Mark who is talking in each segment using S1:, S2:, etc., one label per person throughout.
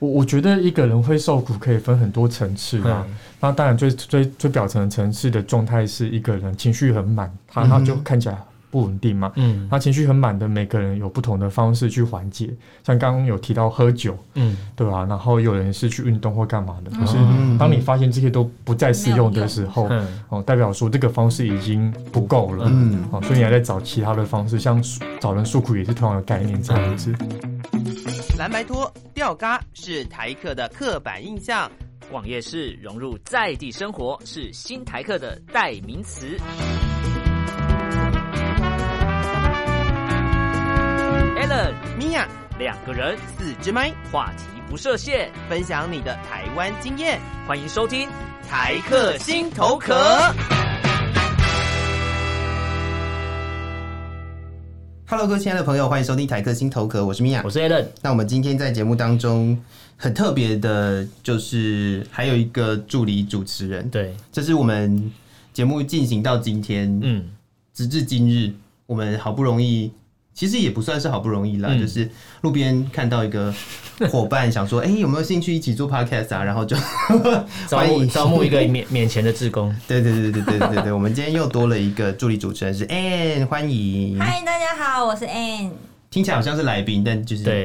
S1: 我我觉得一个人会受苦可以分很多层次嘛。
S2: 嗯
S1: 那当然最最最表层的层次的状态是一个人情绪很满，他
S2: 嗯哼
S1: 他就看起来不稳定嘛。
S2: 嗯
S1: 他情绪很满的，每个人有不同的方式去缓解。像刚刚有提到喝酒，
S2: 嗯
S1: 对吧、然后有人是去运动或干嘛的。可是
S2: 嗯
S1: 当你发现这些都不再适用的时候，
S2: 嗯
S1: 哦，代表说这个方式已经不够了。
S3: 嗯，
S1: 哦，所以你还在找其他的方式，像诉找人诉苦也是同样的概念这样子。
S4: 蓝白拖、吊嘎是台客的刻板印象。
S5: 逛夜市融入在地生活是新台客的代名词。Allen
S4: 米娅，
S5: 两个人
S4: 四支麦，
S5: 话题不设限，
S4: 分享你的台湾经验，
S5: 欢迎收听。
S4: 台客心头壳。
S3: Hello，各位亲爱的朋友，欢迎收听台客心头壳，我是米娅
S2: 我。是 Alan，
S3: 那我们今天在节目当中很特别的，就是还有一个助理主持人，
S2: 对，
S3: 这是我们节目进行到今天，
S2: 嗯
S3: 直至今日，我们好不容易，其实也不算是好不容易啦，
S2: 嗯
S3: 就是路边看到一个伙伴，想说，哎、有没有兴趣一起做 podcast 啊？然后就
S2: 招
S3: 欢
S2: 募
S3: 迎
S2: 招募一个免 免钱的志工，
S3: 对对对对对对对对，我们今天又多了一个助理主持人是 Anne，欢
S2: 嗯
S3: 迎。
S6: 嗨，大家好，我是 Ann。
S3: 听起来好像是来宾，但就是
S2: 对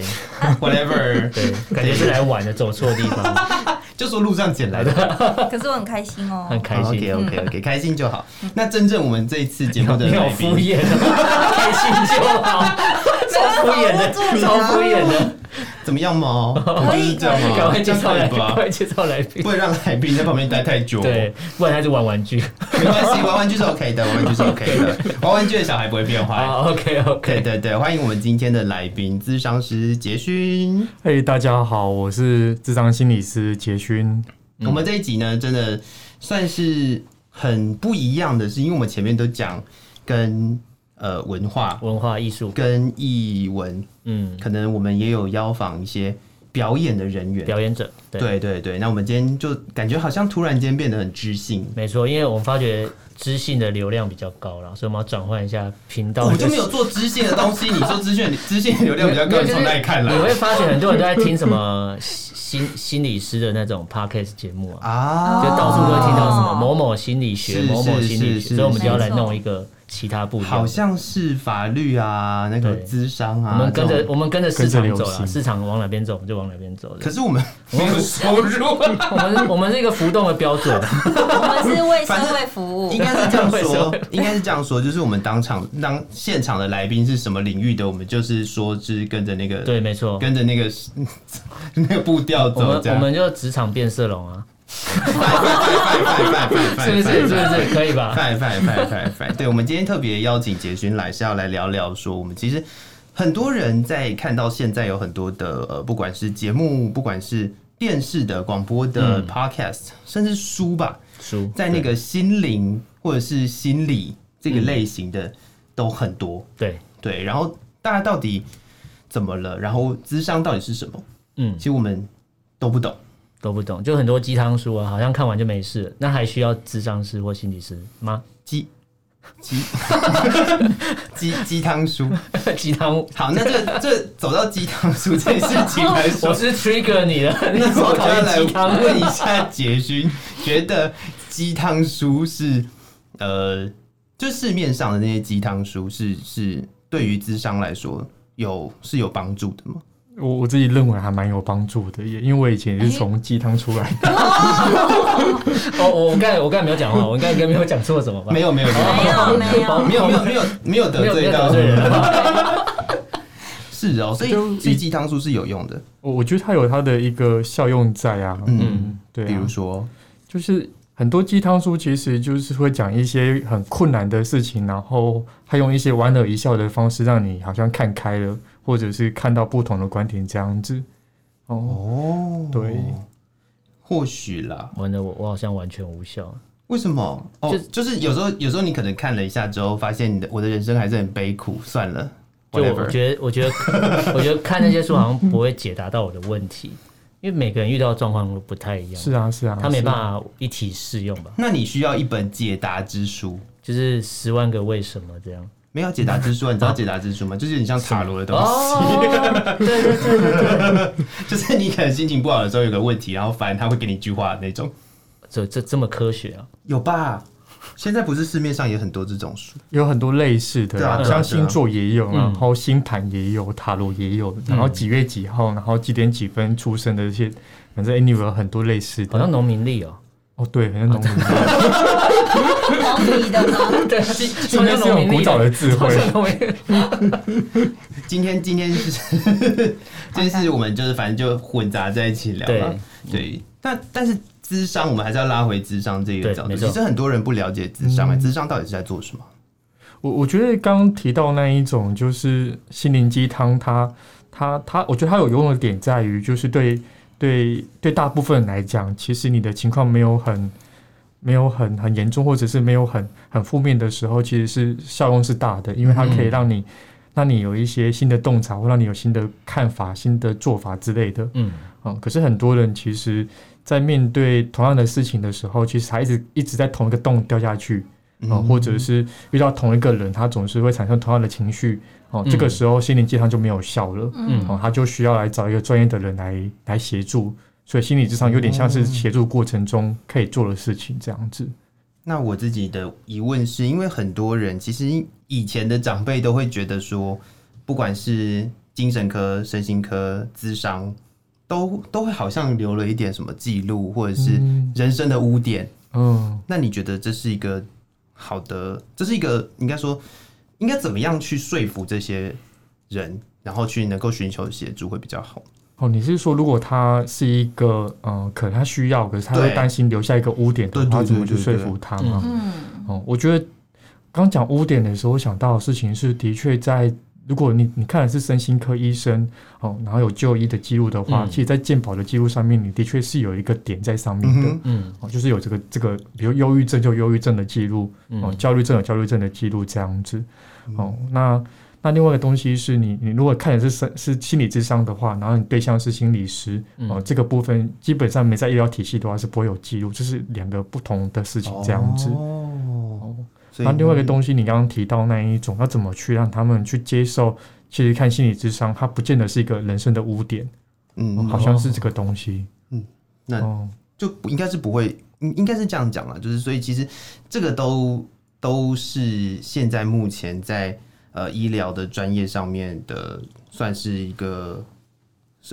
S3: whatever，
S2: 对，感觉是来玩的，走错地 方，
S3: 就说路上捡 来的，
S6: 可是我很开心哦。
S2: 很开心
S3: OK。OK OK，开心就好。那真正我们这一次节目的
S2: 没有
S3: 来
S2: 敷
S3: 宾，
S2: 衍，啊 开心 就好，超敷衍的，超
S3: 啊
S2: 敷衍的，
S3: 怎么样嘛？
S6: 可以
S3: 就是这样吗？
S2: 赶快介绍来
S3: 这
S2: 宾，赶
S3: 样可以吧
S2: 快介绍来宾
S3: 不。能让来宾在旁边待太久。
S2: 对，，不然他就玩玩具。
S3: 没关系，玩玩具是 OK 的，玩玩具是 OK 的，玩玩具的小孩不会变坏。
S2: 啊，OK
S3: 对
S2: OK，
S3: 对对，欢迎我们今天的来宾，咨商师杰勋。
S1: 嘿、大家好，我是智商心理师杰勋。
S2: 嗯
S3: 我们这一集呢，真的算是很不一样的是，因为我们前面都讲跟呃文化、
S2: 文化艺术，
S3: 跟艺文，
S2: 嗯，
S3: 可能我们也有邀访一些表演的人员。
S2: 表演者，对，
S3: 对对对，那我们今天就感觉好像突然间变得很知性，
S2: 没错，因为我们发觉知性的流量比较高了，所以我们要转换一下频道。
S3: 我就没有做知性的东西，你说知性 知性流量比较高，你从哪里看
S2: 你
S3: 来？
S2: 会发觉很多人都在听什么心心理师的那种 podcast 节目啊，
S3: 啊哦
S2: 就到处都会听到什么某某心理学、
S3: 是
S2: 某某
S3: 是
S2: 心理
S3: 是是
S2: 学，所以我们就要来
S6: 没错
S2: 弄一个其他不一样的。
S3: 好像是法律啊，那个
S2: 对
S3: 资商啊，
S2: 我们跟
S3: 这
S2: 着
S3: 种
S2: 我们跟着市
S1: 跟
S2: 场
S1: 着流
S2: 走
S1: 行
S2: 了，市场往哪边走我们就往哪边走。
S3: 可是我们没有收入，
S2: 我们我们是一个浮动的标准，啊
S6: 我们是为社会服务
S3: 应，该是这样
S2: 为什
S3: 说
S2: 么，
S3: 应该是这样说，就是我们当场当现场的来宾是什么领域的，我们就是说，就是跟着那个
S2: 对，没错。
S3: 跟着那个 那个步调
S2: 我
S3: 走，
S2: 们
S3: 这
S2: 我
S3: 样
S2: 们就职场变色龙啊，
S3: 是
S2: 是不是？是不是？可以吧？
S3: 拜拜拜拜拜！对，我们今天特别邀请杰勋来是要来聊聊说，我们其实很多人在看到现在有很多的呃，不管是节目，不管是电视的、广播的、
S2: 嗯
S3: podcast，甚至书吧，
S2: 输
S3: 在那个心灵或者是心理这个类型的都很多。
S2: 对，
S3: 对，然后大家到底怎么了？然后智商到底是什么？
S2: 嗯
S3: 其，实我们都不懂。
S2: 都不懂，就很多鸡汤书啊，好像看完就没事了，那还需要智商师或心理师吗？
S3: 鸡鸡鸡鸡汤书。
S2: 鸡汤，
S3: 好，那这这走到鸡汤书这件事情来说
S2: 我，是 trigger 你了， 你
S3: 那
S2: 好
S3: 我就
S2: 讨
S3: 要
S2: 厌
S3: 来
S2: 鸡汤。
S3: 问一下杰勋， 觉得鸡汤书是呃，就市面上的那些鸡汤书是是对于智商来说有是有帮助的吗？
S1: 我我自己认为还蛮有帮助的，也因为我以前也是从鸡汤出来的。
S2: 哦，我我刚才我刚才没有讲话，我刚才应该没有讲错什么吧？
S3: 没有没有没
S6: 没有没有，
S3: 有没有没有没有没有
S2: 没
S3: 得
S2: 有哦没
S3: 罪
S2: 有得
S3: 到
S2: 罪人吧？
S3: 是哦，所以
S1: 就
S3: 所以鸡汤书是有用的，
S1: 我我觉得它有它的一个效用在啊，
S3: 嗯
S1: 嗯，对啊、
S3: 比如说
S1: 就是很多鸡汤书其实就是会讲一些很困难的事情，然后他用一些莞尔一笑的方式，让你好像看开了，或者是看到不同的观点这样子。哦，
S3: 哦，
S1: 对，
S3: 或许啦，
S2: 完了，我我好像完全无效。
S3: 为什么？哦，
S2: 就
S3: 就是有时候，有时候你可能看了一下之后，发现你的我的人生还是很悲苦，算了
S2: 就我
S3: ，whatever。
S2: 觉得，我觉得，我觉得看那些书好像不会解答到我的问题，因为每个人遇到的状况都不太一样，
S1: 是啊，是啊，
S2: 他没
S1: 是啊
S2: 办法一体适用吧？
S3: 那你需要一本解答之书，
S2: 就是十万个为什么这样。
S3: 没有解答之书啊，你知道解答之书吗？就是有点像塔罗的东西，
S2: 哦，对对对对对，
S3: 就是你可能心情不好的时候有个问题，然后反正他会给你一句话的那种，
S2: 这这这么科学啊？
S3: 有吧？现在不是市面上也很多这种书，
S1: 有很多类似的，
S3: 对啊对啊
S1: 像星座也有，
S2: 对啊
S1: 然后星盘也有，塔罗也有，然后几月几号，然后几点几分出生的这些，反正 anyway 有很多类似
S2: 好像
S1: 的。
S2: 农民历哦，
S1: 哦，对，很像农民，
S6: 黄皮的吗？
S2: 对，
S1: 应
S2: 好
S1: 该
S2: 像
S1: 是
S2: 农
S1: 有
S2: 民历
S1: 古早的智
S2: 好
S1: 慧。
S2: 像农民，
S3: 今天今天是， 今天是我们就是反正就混杂在一起聊吧。对，啊但但是智商我们还是要拉回智商这个
S2: 嗯对
S3: 角度。
S2: 没错嗯
S3: 其实很多人不了解智商、欸，智商到底是在做什么？
S1: 我我觉得刚刚提到那一种就是心灵鸡汤，它它它，我觉得它有用的点在于，就是对对对大部分人来讲，其实你的情况没有很没有很很严重，或者是没有很很负面的时候，其实是效用是大的，因为它可以让你、让你有一些新的洞察，或让你有新的看法、新的做法之类的。
S2: 嗯，
S1: 嗯，可是很多人其实，在面对同样的事情的时候，其实他一直一直在同一个洞掉下去。
S2: 哦
S1: 啊、
S3: 嗯
S1: 或者是遇到同一个人，他总是会产生同样的情绪，哦、这个
S2: 嗯
S1: 时候心灵鸡汤就没有效了，
S2: 嗯
S1: 哦、他就需要来找一个专业的人来来协助，所以心理智商有点像
S3: 哦
S1: 是协助过程中可以做的事情这样子。
S3: 那我自己的疑问是因为很多人其实以前的长辈都会觉得说，不管是精神科、身心科、智商，都都会好像留了一点什么记录，或者是人生的污点。
S1: 嗯，
S3: 那你觉得这是一个好的，这是一个应该说应该怎么样去说服这些人，然后去能够寻求协助会比较好？
S1: 哦，你是说如果他是一个呃，可能他需要，可是他会
S3: 对
S1: 担心留下一个污点的
S3: 对对
S1: 话，
S3: 对
S1: 怎么去
S3: 对
S1: 说
S3: 对
S1: 服他
S2: 嗯
S1: 吗？
S6: 嗯，
S1: 哦，我觉得刚讲污点的时候，我想到的事情是，的确在如果你你看的是身心科医生哦，然后有就医的记录的话，
S2: 嗯
S1: 其实，在健保的记录上面，你的确是有一个点在上面的。
S3: 嗯
S2: 嗯
S1: 哦，就是有这个这个，比如忧郁症就有忧郁症的记录，哦，
S2: 嗯，
S1: 焦虑症有焦虑症的记录这样子。哦，那那另外一个东西是你你如果看的是身是心理智商的话，然后你对象是心理师，
S2: 嗯
S1: 哦，这个部分基本上没在医疗体系的话是不会有记录，这是两个不同的事情这样子。
S3: 哦，所以
S1: 那另外一个东西，你刚刚提到那一种，要怎么去让他们去接受？其实看心理智商，它不见得是一个人生的污点，
S3: 嗯，
S1: 好像是这个东西。
S3: 嗯，那
S1: 哦，
S3: 就不应该是不会，应应该是这样讲啦，啊就是所以其实这个都都是现在目前在呃医疗的专业上面的，算是一个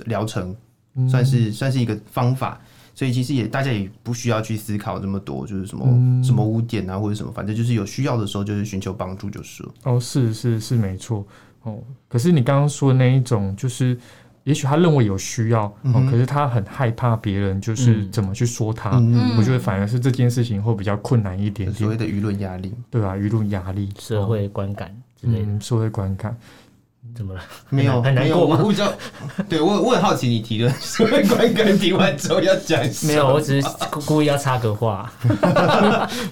S3: 疗程，
S1: 嗯
S3: 算是算是一个方法。所以其实也大家也不需要去思考这么多，就是什么、
S1: 嗯
S3: 什么污点啊或者什么，反正就是有需要的时候就是寻求帮助就是了。
S1: 哦，是是是没错。哦，可是你刚刚说的那一种，就是也许他认为有需要，
S3: 嗯
S1: 哦，可是他很害怕别人就是
S2: 嗯
S1: 怎么去说他。
S3: 嗯，
S1: 我觉得反而是这件事情会比较困难一点
S3: 所谓
S1: 点，
S3: 的舆论压力
S1: 对啊，舆论压力、哦
S2: 社
S3: 哦
S2: 会观感之类的，
S1: 嗯社会观感，
S3: 嗯
S2: 怎么了？
S3: 没有
S2: 很难
S3: 没有，
S2: 过吗
S3: 我 比较对我我很好奇你提论，所以关哥提完之后要讲什么
S2: 没有，我 只是故故意要插个话。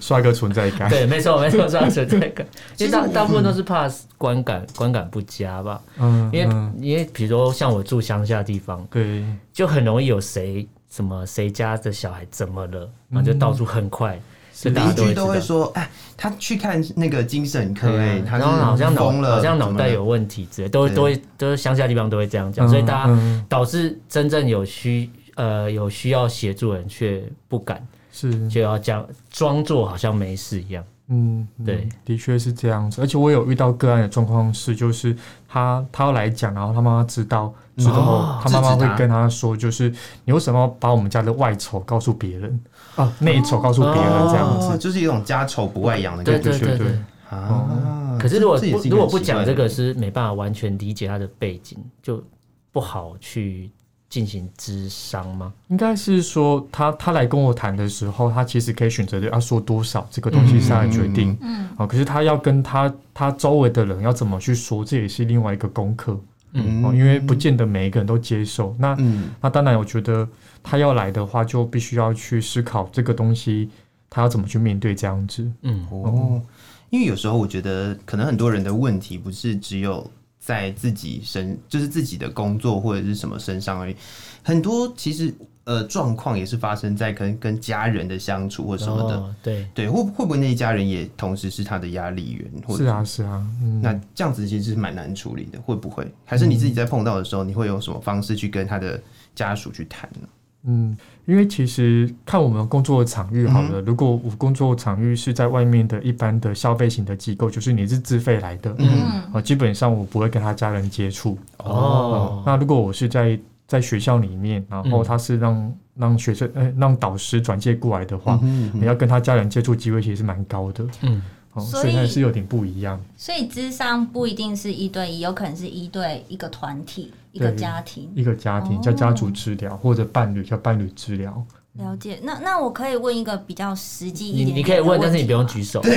S1: 刷个存在感。
S2: 对，没错，没错，啊这样存在感。其实大
S3: 其实我
S2: 大部分都是怕观感观感不佳吧，
S1: 嗯，
S2: 因为、
S1: 嗯
S2: 因为比如说像我住乡下的地方，
S1: 对，
S2: 就很容易有谁什么谁家的小孩怎么了，然后就
S3: 嗯
S2: 到处很快，就大家都会
S3: 邻居
S2: 知
S3: 都
S2: 道
S3: 会。说，哎，他去看那个精神科、哎、
S2: 对
S3: 他
S2: 然后好像
S3: 是
S2: 脑
S3: 疯了，
S2: 好像脑
S3: 怎么
S2: 袋
S3: 了
S2: 有问题之类，都会
S3: 对
S2: 都会都是乡下地方都会这样讲，所以大家
S1: 嗯
S2: 导致真正有需呃有需要协助的人却不敢，
S1: 是
S2: 就要这样装作好像没事一样。
S1: 嗯，
S2: 对
S1: 嗯，的确是这样子。而且我有遇到个案的状况是，就是他他要来讲，然后他妈妈知
S6: 哦
S1: 道之后，他妈妈
S3: 制止他
S1: 会跟他说，就是你为什么要把我们家的外丑告诉别人
S6: 哦
S1: 啊，内丑告诉别人这样
S3: 哦
S1: 子？
S3: 就是一种家丑不外扬的
S2: 对
S3: 感觉
S2: 对对
S1: 对
S2: 对。
S3: 啊。
S2: 可是如果
S3: 这也
S2: 不
S3: 是一
S2: 如果不
S3: 很奇怪
S2: 讲
S3: 的
S2: 这个，是没办法完全理解他的背景，就不好去进行智商吗？
S1: 应该是说他他来跟我谈的时候，他其实可以选择要说多少，这个东西是他的决定。
S6: 嗯
S1: 哦，可是他要跟他他周围的人要怎么去说，这也是另外一个功课
S3: 嗯
S1: 哦，因为不见得每一个人都接受。那
S3: 嗯
S1: 那当然，我觉得他要来的话，就必须要去思考这个东西，他要怎么去面对这样子。
S2: 嗯，
S3: 哦，因为有时候我觉得，可能很多人的问题不是只有在自己身，就是自己的工作或者是什么身上而已，很多其实。呃状况也是发生在跟跟家人的相处或什么的。
S2: 哦，对，
S3: 对，会会不会那一家人也同时是他的压力源？或者
S1: 是啊，是啊，嗯，
S3: 那这样子其实是蛮难处理的，会不会？还是你自己在碰到的时候，你会用什么方式去跟他的家属去谈呢？
S1: 嗯，因为其实看我们工作的场域好
S3: 嗯
S1: 了，如果我工作场域是在外面的一般的消费型的机构，就是你是自费来的，
S3: 嗯，
S6: 嗯，
S1: 啊，基本上我不会跟他家人接触。
S2: 哦，
S1: 那如果我是在在学校里面，然
S3: 嗯
S1: 后他是让、让学生呃让导师转介过来的话，
S3: 嗯
S1: 你要跟他家人接触机会其实是蛮高的，
S2: 嗯，
S1: 哦，
S6: 所
S1: 所以还
S6: 以
S1: 是有点不一样。
S6: 所以智商不一定是一对一，有可能是一对一个团体、一个
S1: 对
S6: 家庭。哦
S1: 一个家庭叫家族治疗，或者伴侣叫伴侣治疗。
S6: 了解。那那我可以问一个比较实际一
S2: 你
S6: 点
S2: 你可以
S6: 点的
S2: 问，但是
S6: 题
S2: 你不用
S6: 吗
S2: 举手。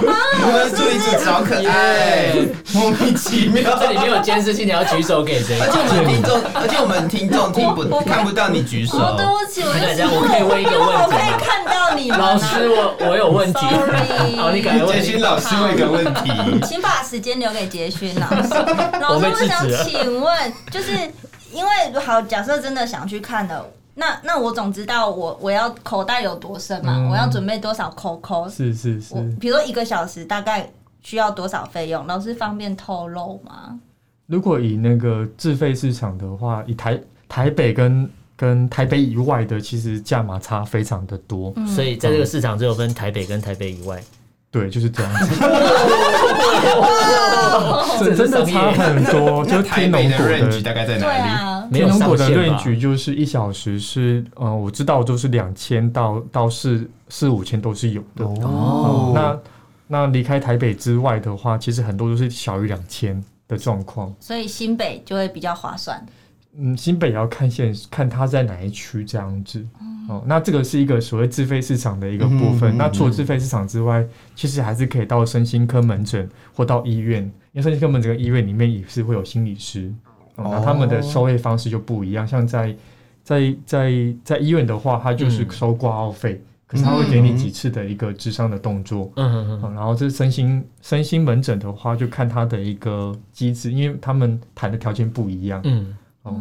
S3: 我们的助理组好可 爱，莫名其妙。
S2: 这里面有监视器，你要举手给谁？
S3: 而且我们听众，而且我们听众听不看不到你举手，
S6: 哦，对不起，我
S2: 大
S6: 就
S2: 家
S6: 是
S2: 我可以问一个问题吗
S6: 我可以看到你们啊。
S2: 老师，我我有问题。
S6: Sorry
S2: 好，你赶快
S3: 杰
S2: 问
S3: 勋
S2: 你。
S3: 老师问一个问 题，
S6: 请把时间留给杰勋老师。老
S2: 我
S6: 师，
S2: 被
S6: 我
S2: 制止
S6: 想
S2: 了
S6: 请问，就是因为好，假设真的想去看的，那那我总知道我我要口袋有多深嘛，
S1: 嗯
S6: 我要准备多少扣扣，
S1: 是是是
S6: 我比如说一个小时大概需要多少费用？老师方便透露吗？
S1: 如果以那个自费市场的话，以台台北跟跟台北以外的，其实价码差非常的多。
S6: 嗯
S2: 所以在这个市场只有分台北跟台北以外，
S1: 对，就是这样子，
S2: 这
S1: 真
S2: 是
S1: 真的
S2: 商业
S1: 差很多。就
S3: 那
S1: 是
S3: 台
S1: 天
S3: 北
S1: 龙
S3: 的
S1: 果
S3: range
S1: 的
S3: 大概在
S6: 对
S3: 哪里？
S6: 啊，
S2: 没
S1: 天
S2: 有
S1: 龙
S2: 上
S1: 果的
S2: 限吧？
S1: range 就是一小时是，呃，我知道就是两千到到四四五千都是有的。啊
S3: 哦
S1: 那那离开台北之外的话，其实很多都是小于两千的状况。
S6: 所以新北就会比较划算。
S1: 嗯，新北也要看县，看它在哪一区这样子。哦，那这个是一个所谓自费市场的一个部分。
S3: 嗯嗯
S1: 那除了自费市场之外，其实还是可以到身心科门诊或到医院，因为身心科门诊跟医院里面也是会有心理师，哦、那他们的收费方式就不一样。像在在在在医院的话，它就是
S2: 嗯
S1: 收挂号费，可是他会给你几次的一个智商的动作。
S2: 嗯嗯嗯，
S1: 嗯，然后这身心身心门诊的话，就看他的一个机制，因为他们谈的条件不一样。
S2: 嗯，
S1: 哦、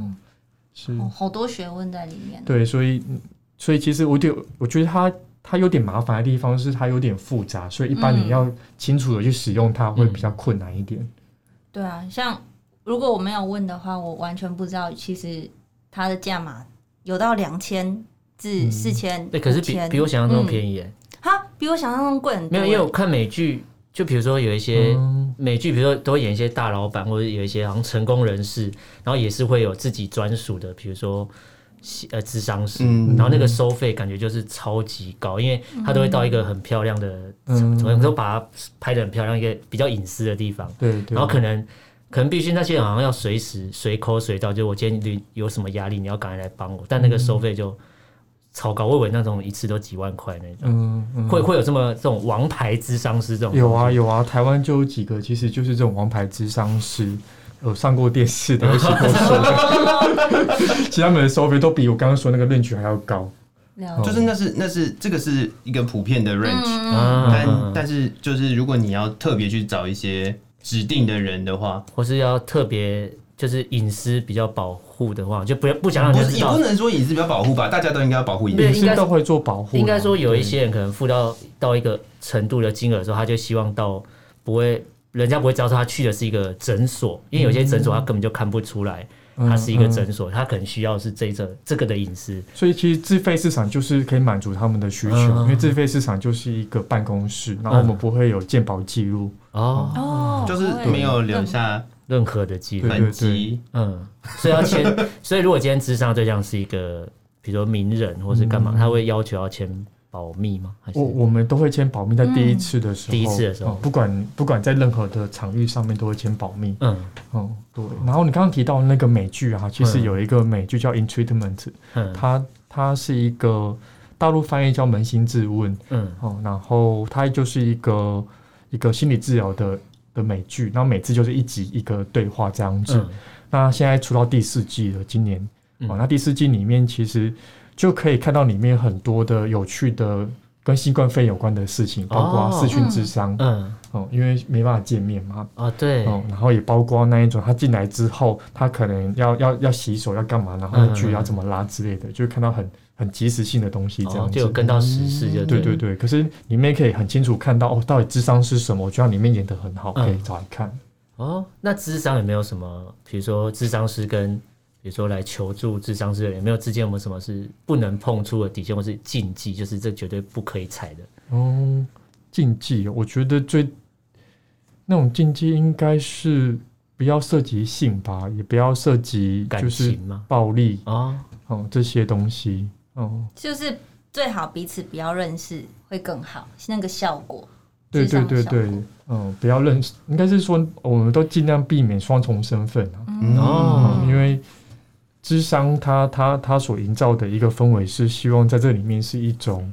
S1: 是，
S6: 哦，好多学问在里面。
S1: 对，所以嗯所以其实我对我觉得它它有点麻烦的地方是它有点复杂，所以一般
S6: 嗯
S1: 你要清楚的去使用它会
S2: 嗯
S1: 比较困难一点。
S6: 对啊，像如果我没有问的话，我完全不知道，其实它的价码有到两千至四千、
S2: 嗯对，可是比比我想象中
S6: 宜，
S2: 便宜耶。
S6: 哈，比我想象中贵很
S2: 没
S6: 多。
S2: 有，因为我看美剧，就比如说有一些
S1: 嗯
S2: 美剧，比如说都会演一些大老板，或者有一些好像成功人士，然后也是会有自己专属的，比如说呃智商师，
S3: 嗯
S2: 然后那个收费感觉就是超级高，因为他都会到一个很漂亮的，
S1: 嗯
S2: 怎么说把它拍的很漂亮，一个比较隐私的地方，
S1: 对对，
S2: 然后可能。可能必须那些人好像要随时随抠随到，就我今天有什么压力，你要赶快来帮我。但那个收费就超高，我以为那种一次都几万块那种。
S1: 嗯嗯
S2: 会会有这么这种王牌智商师这种
S1: 有啊
S2: 东西，
S1: 有啊，台湾就有几个其实就是这种王牌智商师。有上过电视的，有写过书 的，其实他们的收费都比我刚刚说那个论据还要高。
S6: 欸了解嗯
S3: 就是那是那是这个是一个普遍的 range，、
S2: 啊
S1: 嗯
S3: 但但是就是如果你要特别去找一些指定的人的话，
S2: 或是要特别就是隐私比较保护的话，就不要不想让
S3: 不
S2: 人家
S3: 是
S2: 知
S3: 也不
S2: 道。
S3: 能说隐私不要保护吧，大家都应该要保护隐
S2: 嗯对
S1: 也
S3: 私。
S2: 应该
S1: 是
S2: 是
S1: 都会做保护啦。
S2: 应该说有一
S1: 对
S2: 些人可能付到到一个程度的金额的时候，他就希望到不会人家不会知道说他去的是一个诊所，因为有些诊所他根本就看不出来
S1: 嗯
S2: 他是一个
S1: 嗯
S2: 诊所，他可能需要是这个这个的隐私。
S1: 所以其实自费市场就是可以满足他们的需求，
S2: 嗯
S1: 因为自费市场就是一个办公室，然后我们不会有鉴保记录，
S2: 哦，
S6: 哦，
S3: 就是没有留下
S2: 任何的记录
S1: 对，
S3: 痕迹，
S2: 嗯，所以要签， 所以如果今天智商对象是一个，比如说名人或是干嘛，他会要求要签保密吗？还是
S1: 我我们都会签保密，在第一次的时候，
S2: 嗯嗯第一次的时候
S1: 嗯不管不管在任何的场域上面都会签保密。
S2: 嗯
S1: 嗯，对。然后你刚刚提到那个美剧啊，其实
S2: 嗯
S1: 有一个美剧叫《In Treatment》，
S2: 嗯
S1: 它它是一个大陆翻译叫《扪心自问》，
S2: 嗯
S1: 哦，然后它就是一个一个心理治疗的的美剧，然后每次就是一集一个对话这样子。
S2: 嗯
S1: 那现在出到第四季了，今年、
S2: 嗯
S1: 哦，那第四季里面其实就可以看到里面很多的有趣的跟新冠肺炎有关的事情，包括视讯智商，哦、
S2: 嗯，
S1: 因为没办法见面嘛，
S2: 哦，对，
S1: 哦，然后也包括那一种他进来之后，他可能要要要洗手要干嘛，然后
S2: 嗯
S1: 距离要怎么拉之类的，就看到很很及时性的东西这样
S2: 哦
S1: 子，嗯
S2: 就有跟到时事就
S1: 对
S2: 对
S1: 对
S2: 嗯
S1: 对，可是里面可以很清楚看到哦，到底智商是什么？我觉得它里面演的很好，
S2: 嗯
S1: 可以找来看。
S2: 哦，那智商有没有什么？比如说智商师跟比如说来求助智商师的人，有没有之间有没有什么是不能碰触的底线，或是禁忌？就是这绝对不可以踩的。
S1: 哦，禁忌，我觉得最那种禁忌应该是不要涉及性吧，也不要涉及
S2: 感
S1: 就是
S2: 情吗
S1: 暴力
S2: 哦，
S1: 哦这些东西哦。
S6: 就是最好彼此不要认识会更好，那个效果。
S1: 对
S6: 智
S1: 对
S6: 商的
S1: 对
S6: 效
S1: 对
S6: 果，
S1: 嗯，不要认识，应该是说我们都尽量避免双重身份啊。
S2: 哦
S1: 嗯，因为智商它它它所营造的一个氛围是希望在这里面是一种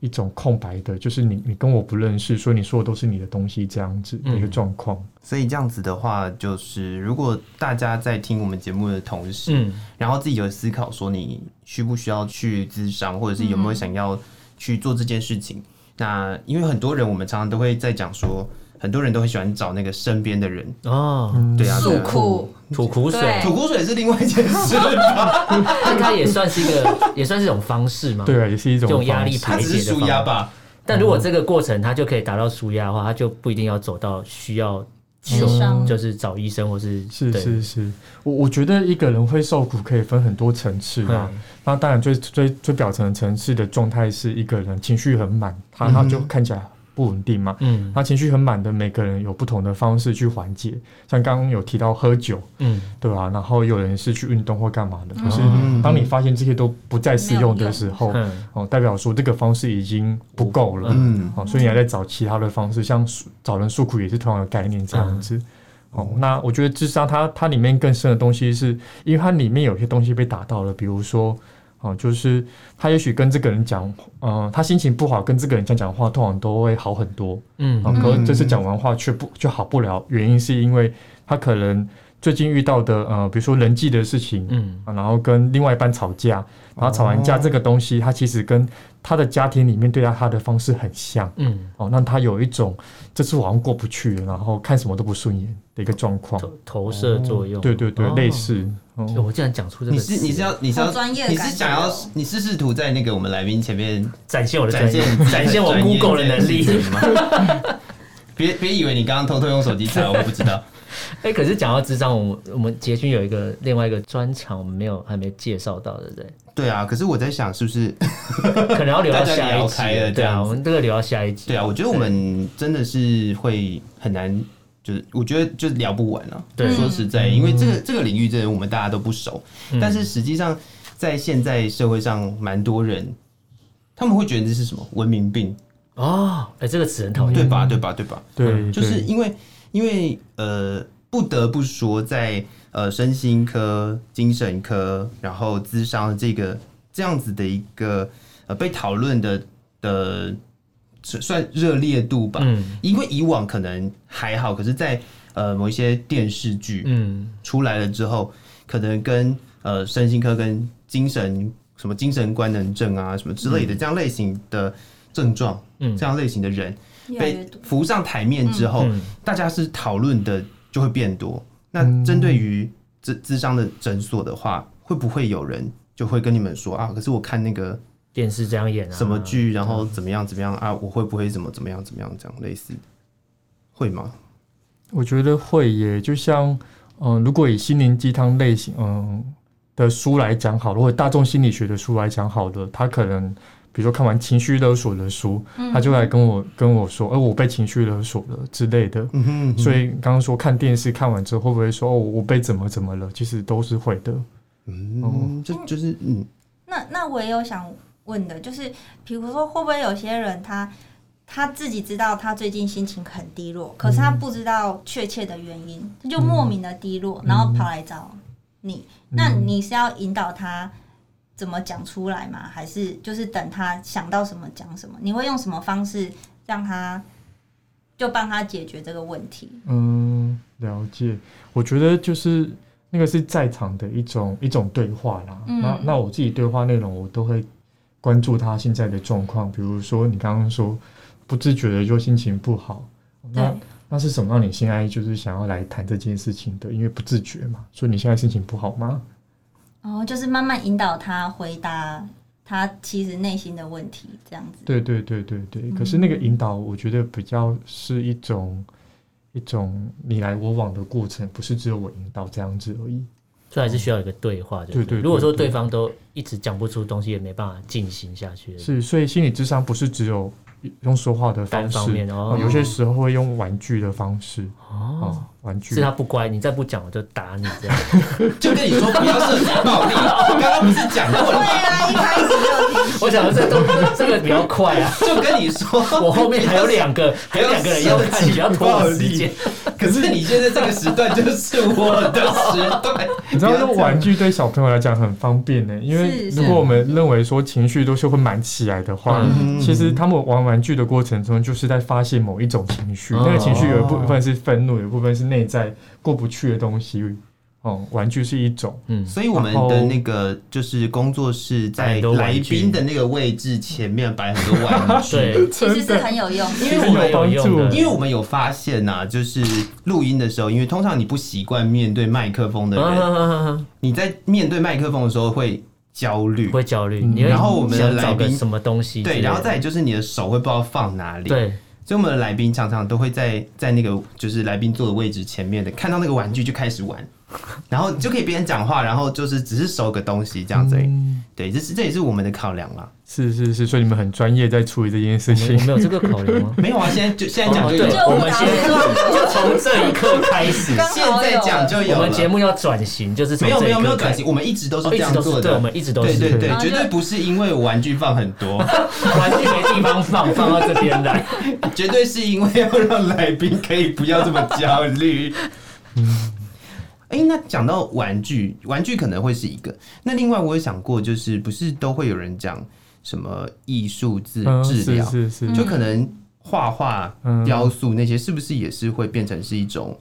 S1: 一种空白的，就是你你跟我不认识，所以你说的都是你的东西这样子的一个
S2: 嗯
S1: 状况。
S3: 所以这样子的话，就是如果大家在听我们节目的同时，
S2: 嗯，
S3: 然后自己有思考说你需不需要去咨商，或者是有
S2: 嗯
S3: 没有想要去做这件事情。那因为很多人，我们常常都会在讲说，很多人都会喜欢找那个身边的人，
S2: 哦，
S3: 对啊，
S6: 诉
S3: 对啊
S6: 苦，
S2: 吐苦水，
S6: 对
S3: 吐苦水是另外一件事 吧，
S2: 但它也算是一个，也算是一种方式嘛。
S1: 对啊，也是一种
S2: 这种压
S1: 方
S2: 力
S1: 式
S2: 排
S3: 它只是
S2: 解的
S3: 舒
S2: 方
S3: 压
S2: 法。
S3: 吧。
S2: 但如果这个过程它就可以达到舒压的话，它就不一定要走到需要
S6: 智商
S2: 就是找医生或是
S1: 是
S2: 对
S1: 是是，我我觉得一个人会受苦可以分很多层次啊。
S2: 嗯
S1: 那当然最最最表层的层次的状态是一个人情绪很满，他他就
S3: 嗯哼
S1: 看起来不稳定嘛。
S2: 嗯
S1: 他情绪很满的，每个人有不同的方式去缓解。像刚刚有提到喝酒，
S2: 嗯
S1: 对吧、然后有人是去运动或干嘛的。可是
S3: 嗯
S1: 当你发现这些都不再适用的时候，
S2: 嗯
S1: 哦，代表说这个方式已经不够了。
S3: 嗯，
S1: 哦，所以你还在找其他的方式，像诉找人诉苦也是同样的概念这样子。哦，那我觉得智商它它里面更深的东西是，因为它里面有些东西被打到了，比如说，哦，就是他也许跟这个人讲，嗯、他心情不好，跟这个人讲讲话，通常都会好很多。
S2: 嗯
S1: 哦，可是这次讲完话却不就好不了，原因是因为他可能最近遇到的呃，比如说人际的事情，
S2: 嗯
S1: 啊然后跟另外一半吵架，然后吵完架
S3: 哦
S1: 这个东西，他其实跟他的家庭里面对待他的方式很像。
S2: 嗯，
S1: 哦，让他有一种这次我好像过不去了，然后看什么都不顺眼的一个状况。
S2: 投投射作用，
S1: 对对对，
S2: 哦
S1: 类。似。哦
S2: 哦我竟然讲出这个
S3: 你
S2: 词，
S3: 是你是要你是要
S6: 好专业的
S3: 你
S6: 感
S3: 是
S6: 觉
S3: 想要
S6: 哦
S3: 你是试图在那个我们来宾前面
S2: 展现我的
S3: 展
S2: 专业
S3: 现，
S2: 展现我
S3: 专业
S2: Google 的能力
S3: 这。件事情吗 别别以为你刚刚偷偷用手机查，我不知道。
S2: 哎，可是讲到智商，我们我们杰勋有一个另外一个专场，我们没有还没介绍到，对不对？
S3: 对啊，可是我在想，是不是
S2: 可能要留到
S3: 大家
S2: 下一
S3: 聊
S2: 集
S3: 开了
S2: 了，对
S3: 这
S2: 啊，
S3: 样子
S2: 我们这个留到下一集。
S3: 对啊，我觉得我们真的是会很难，就是我觉得就是聊不完啊。
S2: 对
S3: 说实在，因为这个这个领域真的我们大家都不熟，但是实际上在现在社会上，蛮多人他们会觉得这是什么文明病，
S2: 哦，哎，这个词很讨厌，
S3: 对吧？对吧？对吧？
S1: 对，
S3: 就是
S1: 对
S3: 因为因为呃，不得不说在，呃身心科、精神科，然后咨商这个这样子的一个呃被讨论的的算算热烈度吧。
S2: 嗯
S3: 因为以往可能还好，可是在，呃某一些电视剧
S2: 嗯
S3: 出来了之后，可能跟呃身心科跟精神什么精神官能症啊什么之类的、这样类型的症状，
S2: 嗯
S3: 这样类型的人
S6: 越来越
S3: 被
S6: 多，
S3: 浮上台面之后，
S2: 嗯
S3: 大家是讨论的就会变多。那针对于咨咨商的诊所的话，会不会有人就会跟你们说啊？可是我看那个
S2: 电视这样演啊，
S3: 什么剧，然后怎么样怎么样啊？我会不会怎么怎么样怎么样这样类似？会吗？
S1: 我觉得会耶，就像嗯、呃如果以心灵鸡汤类型嗯、的书来讲好了，或者大众心理学的书来讲好了，他可能。比如说看完情绪勒索的书，他就来跟我跟我说，哎、我被情绪勒索了之类的。
S3: 嗯哼
S1: 所以刚刚说看电视看完之后，会不会说哦，我被怎么怎么了？其实都是会的。
S2: 哦
S3: 嗯，就就是嗯，
S6: 那那我也有想问的，就是比如说，会不会有些人他他自己知道他最近心情很低落，可是他不知道确切的原因，他就莫名的低落，然后跑来找你，那你是要引导他？怎么讲出来吗？还是就是等他想到什么讲什么？你会用什么方式让他就帮他解决这个问题？
S1: 嗯，了解。我觉得就是那个是在场的一种一种对话啦。
S6: 嗯
S1: 那那我自己对话内容，我都会关注他现在的状况，比如说你刚刚说不自觉的就心情不好，那
S6: 对，
S1: 那是什么让你现在就是想要来谈这件事情的？因为不自觉嘛，所以你现在心情不好吗？
S6: 然后哦就是慢慢引导他回答他其实内心的问题，这样子。
S1: 对对对对
S6: 嗯
S1: 对。可是那个引导，我觉得比较是一种一种你来我往的过程，不是只有我引导这样子而已。
S2: 所以还是需要有一个对话，就
S1: 对
S2: 是
S1: 对对
S2: 如果说
S1: 对
S2: 对方都一直讲不出东西，也没办法进行下去，
S1: 是，所以心理智商不是只有用说话的方
S2: 单
S1: 式，
S2: 方面
S1: 哦
S2: 哦，
S1: 有些时候会用玩具的方式啊、
S2: 哦，
S1: 玩具
S2: 是他不乖，你再不讲我就打你 这样。
S3: 就跟你说不要涉及暴力， 我刚刚不是讲
S6: 对
S3: 了，
S6: 啊，一开始就听。
S2: 我想说这都这个比较快 啊，
S3: 我就跟你说，
S2: 我后面还有两个，还有两个人要看，你不要拖我时间。
S3: 可是你现在这个时段就是我的时段，
S1: 你知道用玩具对小朋友来讲很方便呢，因为
S6: 是是
S1: 如果我们认为说情绪都是会满起来的话，
S3: 嗯
S1: 其实他们玩玩具的过程中就是在发泄某一种情绪，
S2: 哦
S1: 那个情绪有一部分是愤怒，有一部分是内在过不去的东西。哦、玩具是一种，
S2: 嗯，
S3: 所以我们的那个就是工作室在
S2: 摆多玩
S3: 来
S2: 具
S3: 宾的那个位置前面摆很 多玩具，
S2: 对，
S6: 其实是很有用，因
S2: 其
S6: 为
S2: 实
S1: 很有
S2: 蛮有
S1: 帮
S2: 用
S1: 助
S2: 的，
S3: 因为我们有发现呐、就是录音的时候，因为通常你不习惯面对麦克风的
S2: 啊
S3: 人，
S2: 啊啊啊
S3: 你在面对麦克风的时候会焦虑，
S2: 会焦虑，
S1: 嗯
S2: 你会
S1: 然
S3: 后我们的
S2: 想
S3: 来
S2: 找个
S3: 宾
S2: 什么东西之类的，
S3: 对，然后再就是你的手会不知道放哪里，，
S2: 对
S3: 所以我们的来宾常常都会在在那个就是来宾坐的位置前面的，看到那个玩具就开始 玩，然后就可以边讲话，然后就是只是收个东西这样子而已，
S1: 嗯
S3: 对，这是这也是我们的考量啦。？
S1: 是是是，所以你们很专业在处理这件事
S2: 我们
S1: 情
S2: 我。们有这个考量吗
S3: 没有啊，现在就现在讲
S2: 哦
S3: 就有
S2: 对
S3: 了，
S6: 就
S2: 我
S6: 误
S2: 们
S6: 打
S2: 先
S6: 误撞的。
S2: 就从这一刻开始，
S6: 刚
S3: 现在讲就有
S2: 我
S3: 了。
S2: 们节目要转型，就是从
S3: 没有
S2: 这
S3: 没
S2: 一
S3: 有没有
S2: 刻开
S3: 转
S2: 始
S3: 型，我们一直都是
S2: 哦，
S3: 这
S2: 一直
S3: 样
S2: 都
S3: 做
S2: 是对，我
S3: 的。
S2: 们一直都
S3: 对
S2: 是
S3: 对对，
S6: 然后
S3: 绝
S6: 就
S3: 对不是因为玩具放很多，
S2: 玩具没地方放，放到这边来。
S3: 绝对是因为要让来宾可以不要这么焦虑。
S2: 嗯
S3: 哎、那讲到玩具，玩具可能会是一个。那另外我有想过，就是不是都会有人讲什么艺术治
S1: 嗯，
S3: 治
S1: 是
S3: 疗，
S1: 是是，
S3: 就可能画画、
S1: 嗯
S3: 雕塑那些，是不是也是会变成是一种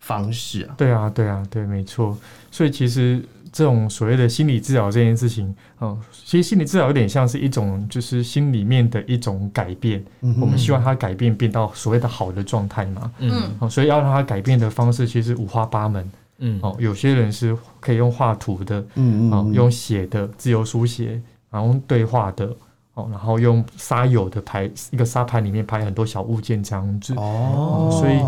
S3: 方式啊？
S1: 对啊，对啊，对，没错。所以其实这种所谓的心理治疗这件事情，嗯、其实心理治疗有点像是一种就是心里面的一种改变，我们希望它改变变到所谓的好的状态嘛。
S2: 嗯
S1: 哦，所以要让它改变的方式其实五花八门。
S2: 嗯，
S1: 哦，有些人是可以用画图的，
S3: 嗯
S1: 哦，用写的自由书写，然后用对话的，哦，然后用沙友的排一个沙盘里面排很多小物件这样子。
S3: 哦，
S1: 所以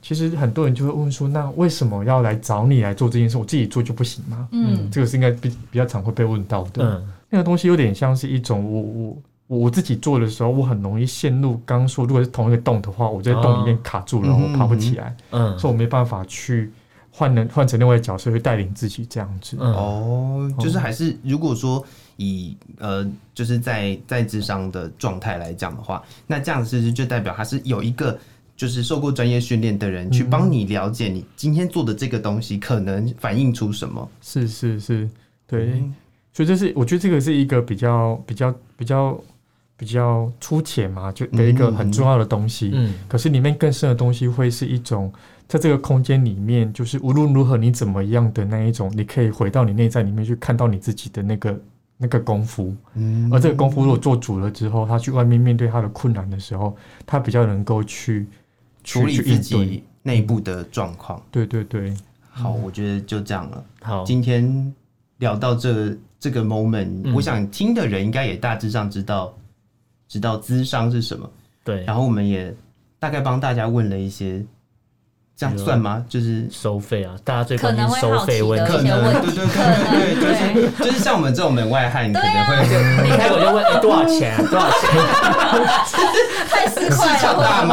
S1: 其实很多人就会问说，那为什么要来找你来做这件事？我自己做就不行吗？
S6: 嗯，
S1: 这个是应该比比较常会被问到的。
S2: 嗯，
S1: 那个东西有点像是一种我我我我自己做的时候，我很容易陷入刚刚说，如果是同一个洞的话，我在洞里面卡住了，
S3: 哦
S1: 然后我爬不起来，
S2: 嗯
S1: 所以我没办法去换人换成另外一个角色去带领自己这样子。
S2: 嗯，
S3: 哦，就是
S1: 哦
S3: 还是如果说以呃，就是在在智商的状态来讲的话，那这样是不是就代表他是有一个就是受过专业训练的人去帮你了解你今天做的这个东西可能反映出什么？
S1: 是是是，对，
S2: 嗯
S1: 所以这是我觉得这个是一个比较比较比较比较粗浅嘛，就的一个很重要的东西。
S2: 嗯
S1: 可是里面更深的东西会是一种，在这个空间里面，就是无论如何你怎么样的那一种，你可以回到你内在里面去看到你自己的那个那个功夫。
S3: 嗯
S1: 而这个功夫如果做足了之后，他去外面面对他的困难的时候，他比较能够去
S3: 处理
S1: 去去
S3: 自
S1: 应对。嗯
S3: 己内部的状况。
S1: 对对对，
S3: 好，我觉得就这样了。
S2: 好，
S3: 今天聊到这这个 moment，、
S2: 嗯
S3: 我想听的人应该也大致上知道知道咨商是什么。
S2: 对，
S3: 然后我们也大概帮大家问了一些，这样算吗？就是
S2: 收费啊，大家最
S6: 可
S2: 关
S6: 能
S2: 心
S6: 会
S2: 收
S6: 好奇
S2: 费问
S6: 的
S2: 题。
S3: 可
S6: 一些
S3: 能
S6: 问
S3: 对
S6: 题，
S3: 对
S6: 可
S1: 嗯
S6: 能
S3: 对对
S6: 对，
S3: 就是像我们这种门外汉，可
S6: 啊
S3: 能会
S2: 一开口就问哎多少钱啊，多少钱？
S6: 太市
S3: 市
S6: 侩
S3: 场大
S6: 了，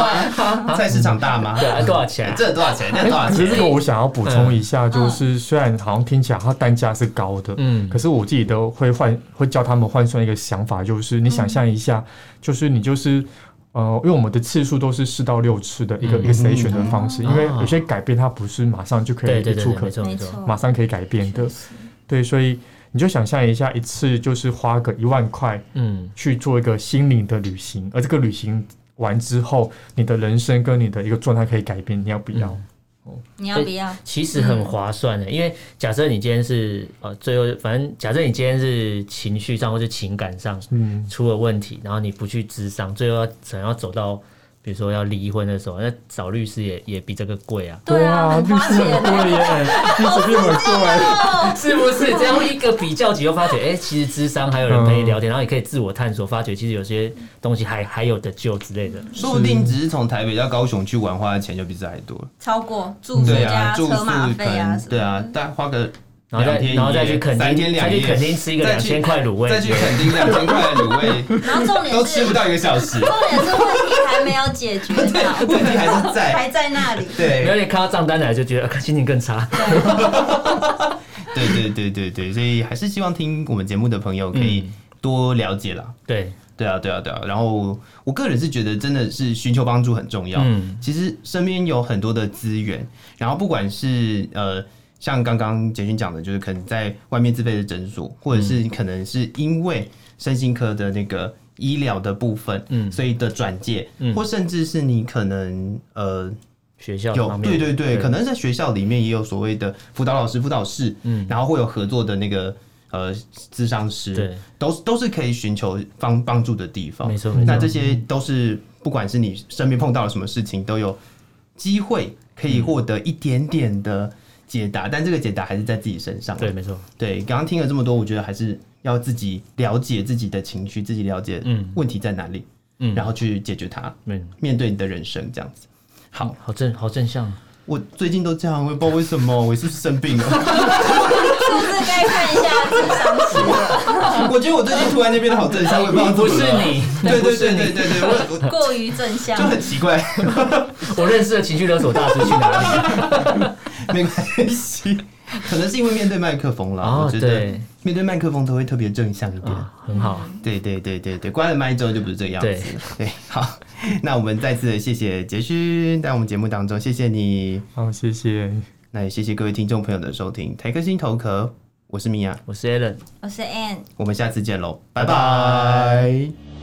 S3: 妈，菜市场大妈
S2: 对，啊，多少钱啊？
S3: 这多少钱？那多少
S1: 哎可 是
S3: 钱？
S1: 这个我想要补充一下，就是虽然好像听起来它单价是高的，
S2: 嗯
S1: 可是我自己都会换，会教他们换算一个想法，就是你想象一下，
S2: 嗯
S1: 就是你就是。呃，因为我们的次数都是四到六次的一个、
S2: 嗯
S1: 一个筛选的方式，
S2: 嗯
S1: 因为有些改变它不是马上就可以
S2: 对
S1: 一
S2: 对对
S1: 触
S2: 对，
S1: 可
S2: 没错没
S6: 没
S2: 错。
S6: 错，
S1: 马上可以改变的
S6: 确，实
S1: 对，所以你就想象一下，一次就是花个一万块
S2: 嗯，
S1: 去做一个心灵的旅行，而这个旅行完之后，你的人生跟你的一个状态可以改变，你要不要？
S6: 你要不要？
S2: 其实很划算的，因为假设你今天是呃，最后反正假设你今天是情绪上或者情感上
S1: 嗯，
S2: 出了问题，然后你不去咨商，最后要可能要走到比如说要离婚的时候，那找律师也也比这个贵啊，
S6: 对啊，
S1: 哇
S6: 很
S1: 律
S6: 花
S1: 师很
S6: 钱
S1: 贵耶，律师费很贵，
S2: 是不是？这样一个比较级，又发觉，哎、其实智商还有人陪你聊天，然后也可以自我探索，发觉其实有些东西还还有的救之类的。
S3: 说不定只是从台北到高雄去玩，花的钱就比这还多了。
S6: 超过住宿
S3: 对
S6: 加
S3: 啊，住
S6: 车
S3: 宿
S6: 马
S3: 可
S6: 费啊
S3: 能
S6: 什么。
S3: 对啊，大概花个
S2: 然后再
S3: 两天一夜
S2: 然后再去垦
S3: 三天
S2: 丁，
S3: 两
S2: 再去
S3: 夜
S2: 垦丁吃一个
S3: 再
S2: 两
S3: 去
S2: 千块卤味，
S3: 再去垦丁两千块的卤 味，
S6: 然后重点
S3: 都
S6: 是
S3: 吃不到一个小时，
S6: 重点是问题还没有解决
S3: 对，
S6: 到，
S3: 问题还是在。
S6: 还在那里。
S2: 没有
S3: 对
S2: 你看到账单来就觉得呃心情更差。
S3: 对对对对对，所以还是希望听我们节目的朋友可以
S2: 嗯
S3: 多了解啦。
S2: 对，
S3: 对啊，对啊，对啊。然后我个人是觉得，真的是寻求帮助很重要。
S2: 嗯
S3: 其实身边有很多的资源，然后不管是呃，像刚刚杰勋讲的，就是可能在外面自费的诊所，或者
S2: 嗯
S3: 是可能是因为身心科的那个医疗的部分，
S2: 嗯
S3: 所以的转介，
S2: 嗯
S3: 或甚至是你可能呃
S2: 学校
S3: 有
S2: 方面
S3: 对对对，可能在学校里面也有所谓的辅导老师、辅导室，
S2: 嗯
S3: 然后会有合作的那个呃咨商师，
S2: 对，
S3: 都是都是可以寻求帮帮助的地方。
S2: 没错没错
S3: 那这些都是不管是你身边碰到了什么事情，都有机会可
S2: 嗯
S3: 以获得一点点的解答，但这个解答还是在自己身上。
S2: 对，没错，
S3: 对，刚刚听了这么多，我觉得还是要自己了解自己的情绪，自己了解
S2: 嗯
S3: 问题在哪里，
S2: 嗯
S3: 然后去解决它，
S2: 嗯，
S3: 面对你的人生这样子。好，
S2: 好正好正向，
S3: 我最近都这样，我也不知道为什么，我是不是生 病了？
S6: 是不是该看一下智商师了？
S3: 我觉得我最近突然间变得好正向，我也不知道
S2: 不
S3: 怎
S2: 是
S3: 么了，
S2: 你，
S3: 对对对对对对，我 我
S6: 过于正向
S3: 就，很奇怪，
S2: 我认识的情绪勒索大师去哪里？
S3: 没关系，可能是因为面对麦克风啦，
S2: 哦
S3: 我觉得
S2: 对
S3: 面对麦克风都会特别正向一点。
S2: 啊，很好，
S3: 对对对对对，关了麦之后就不是这个样子
S2: 对。
S3: 对，好，那我们再次地谢谢杰勋在我们节目当中，谢谢你，
S1: 好，谢谢。
S3: 那也谢谢各位听众朋友的收听，台客心头壳，我是米娅，
S2: 我是 Alan。
S6: 我是 Ann。
S3: 我们下次见喽，拜拜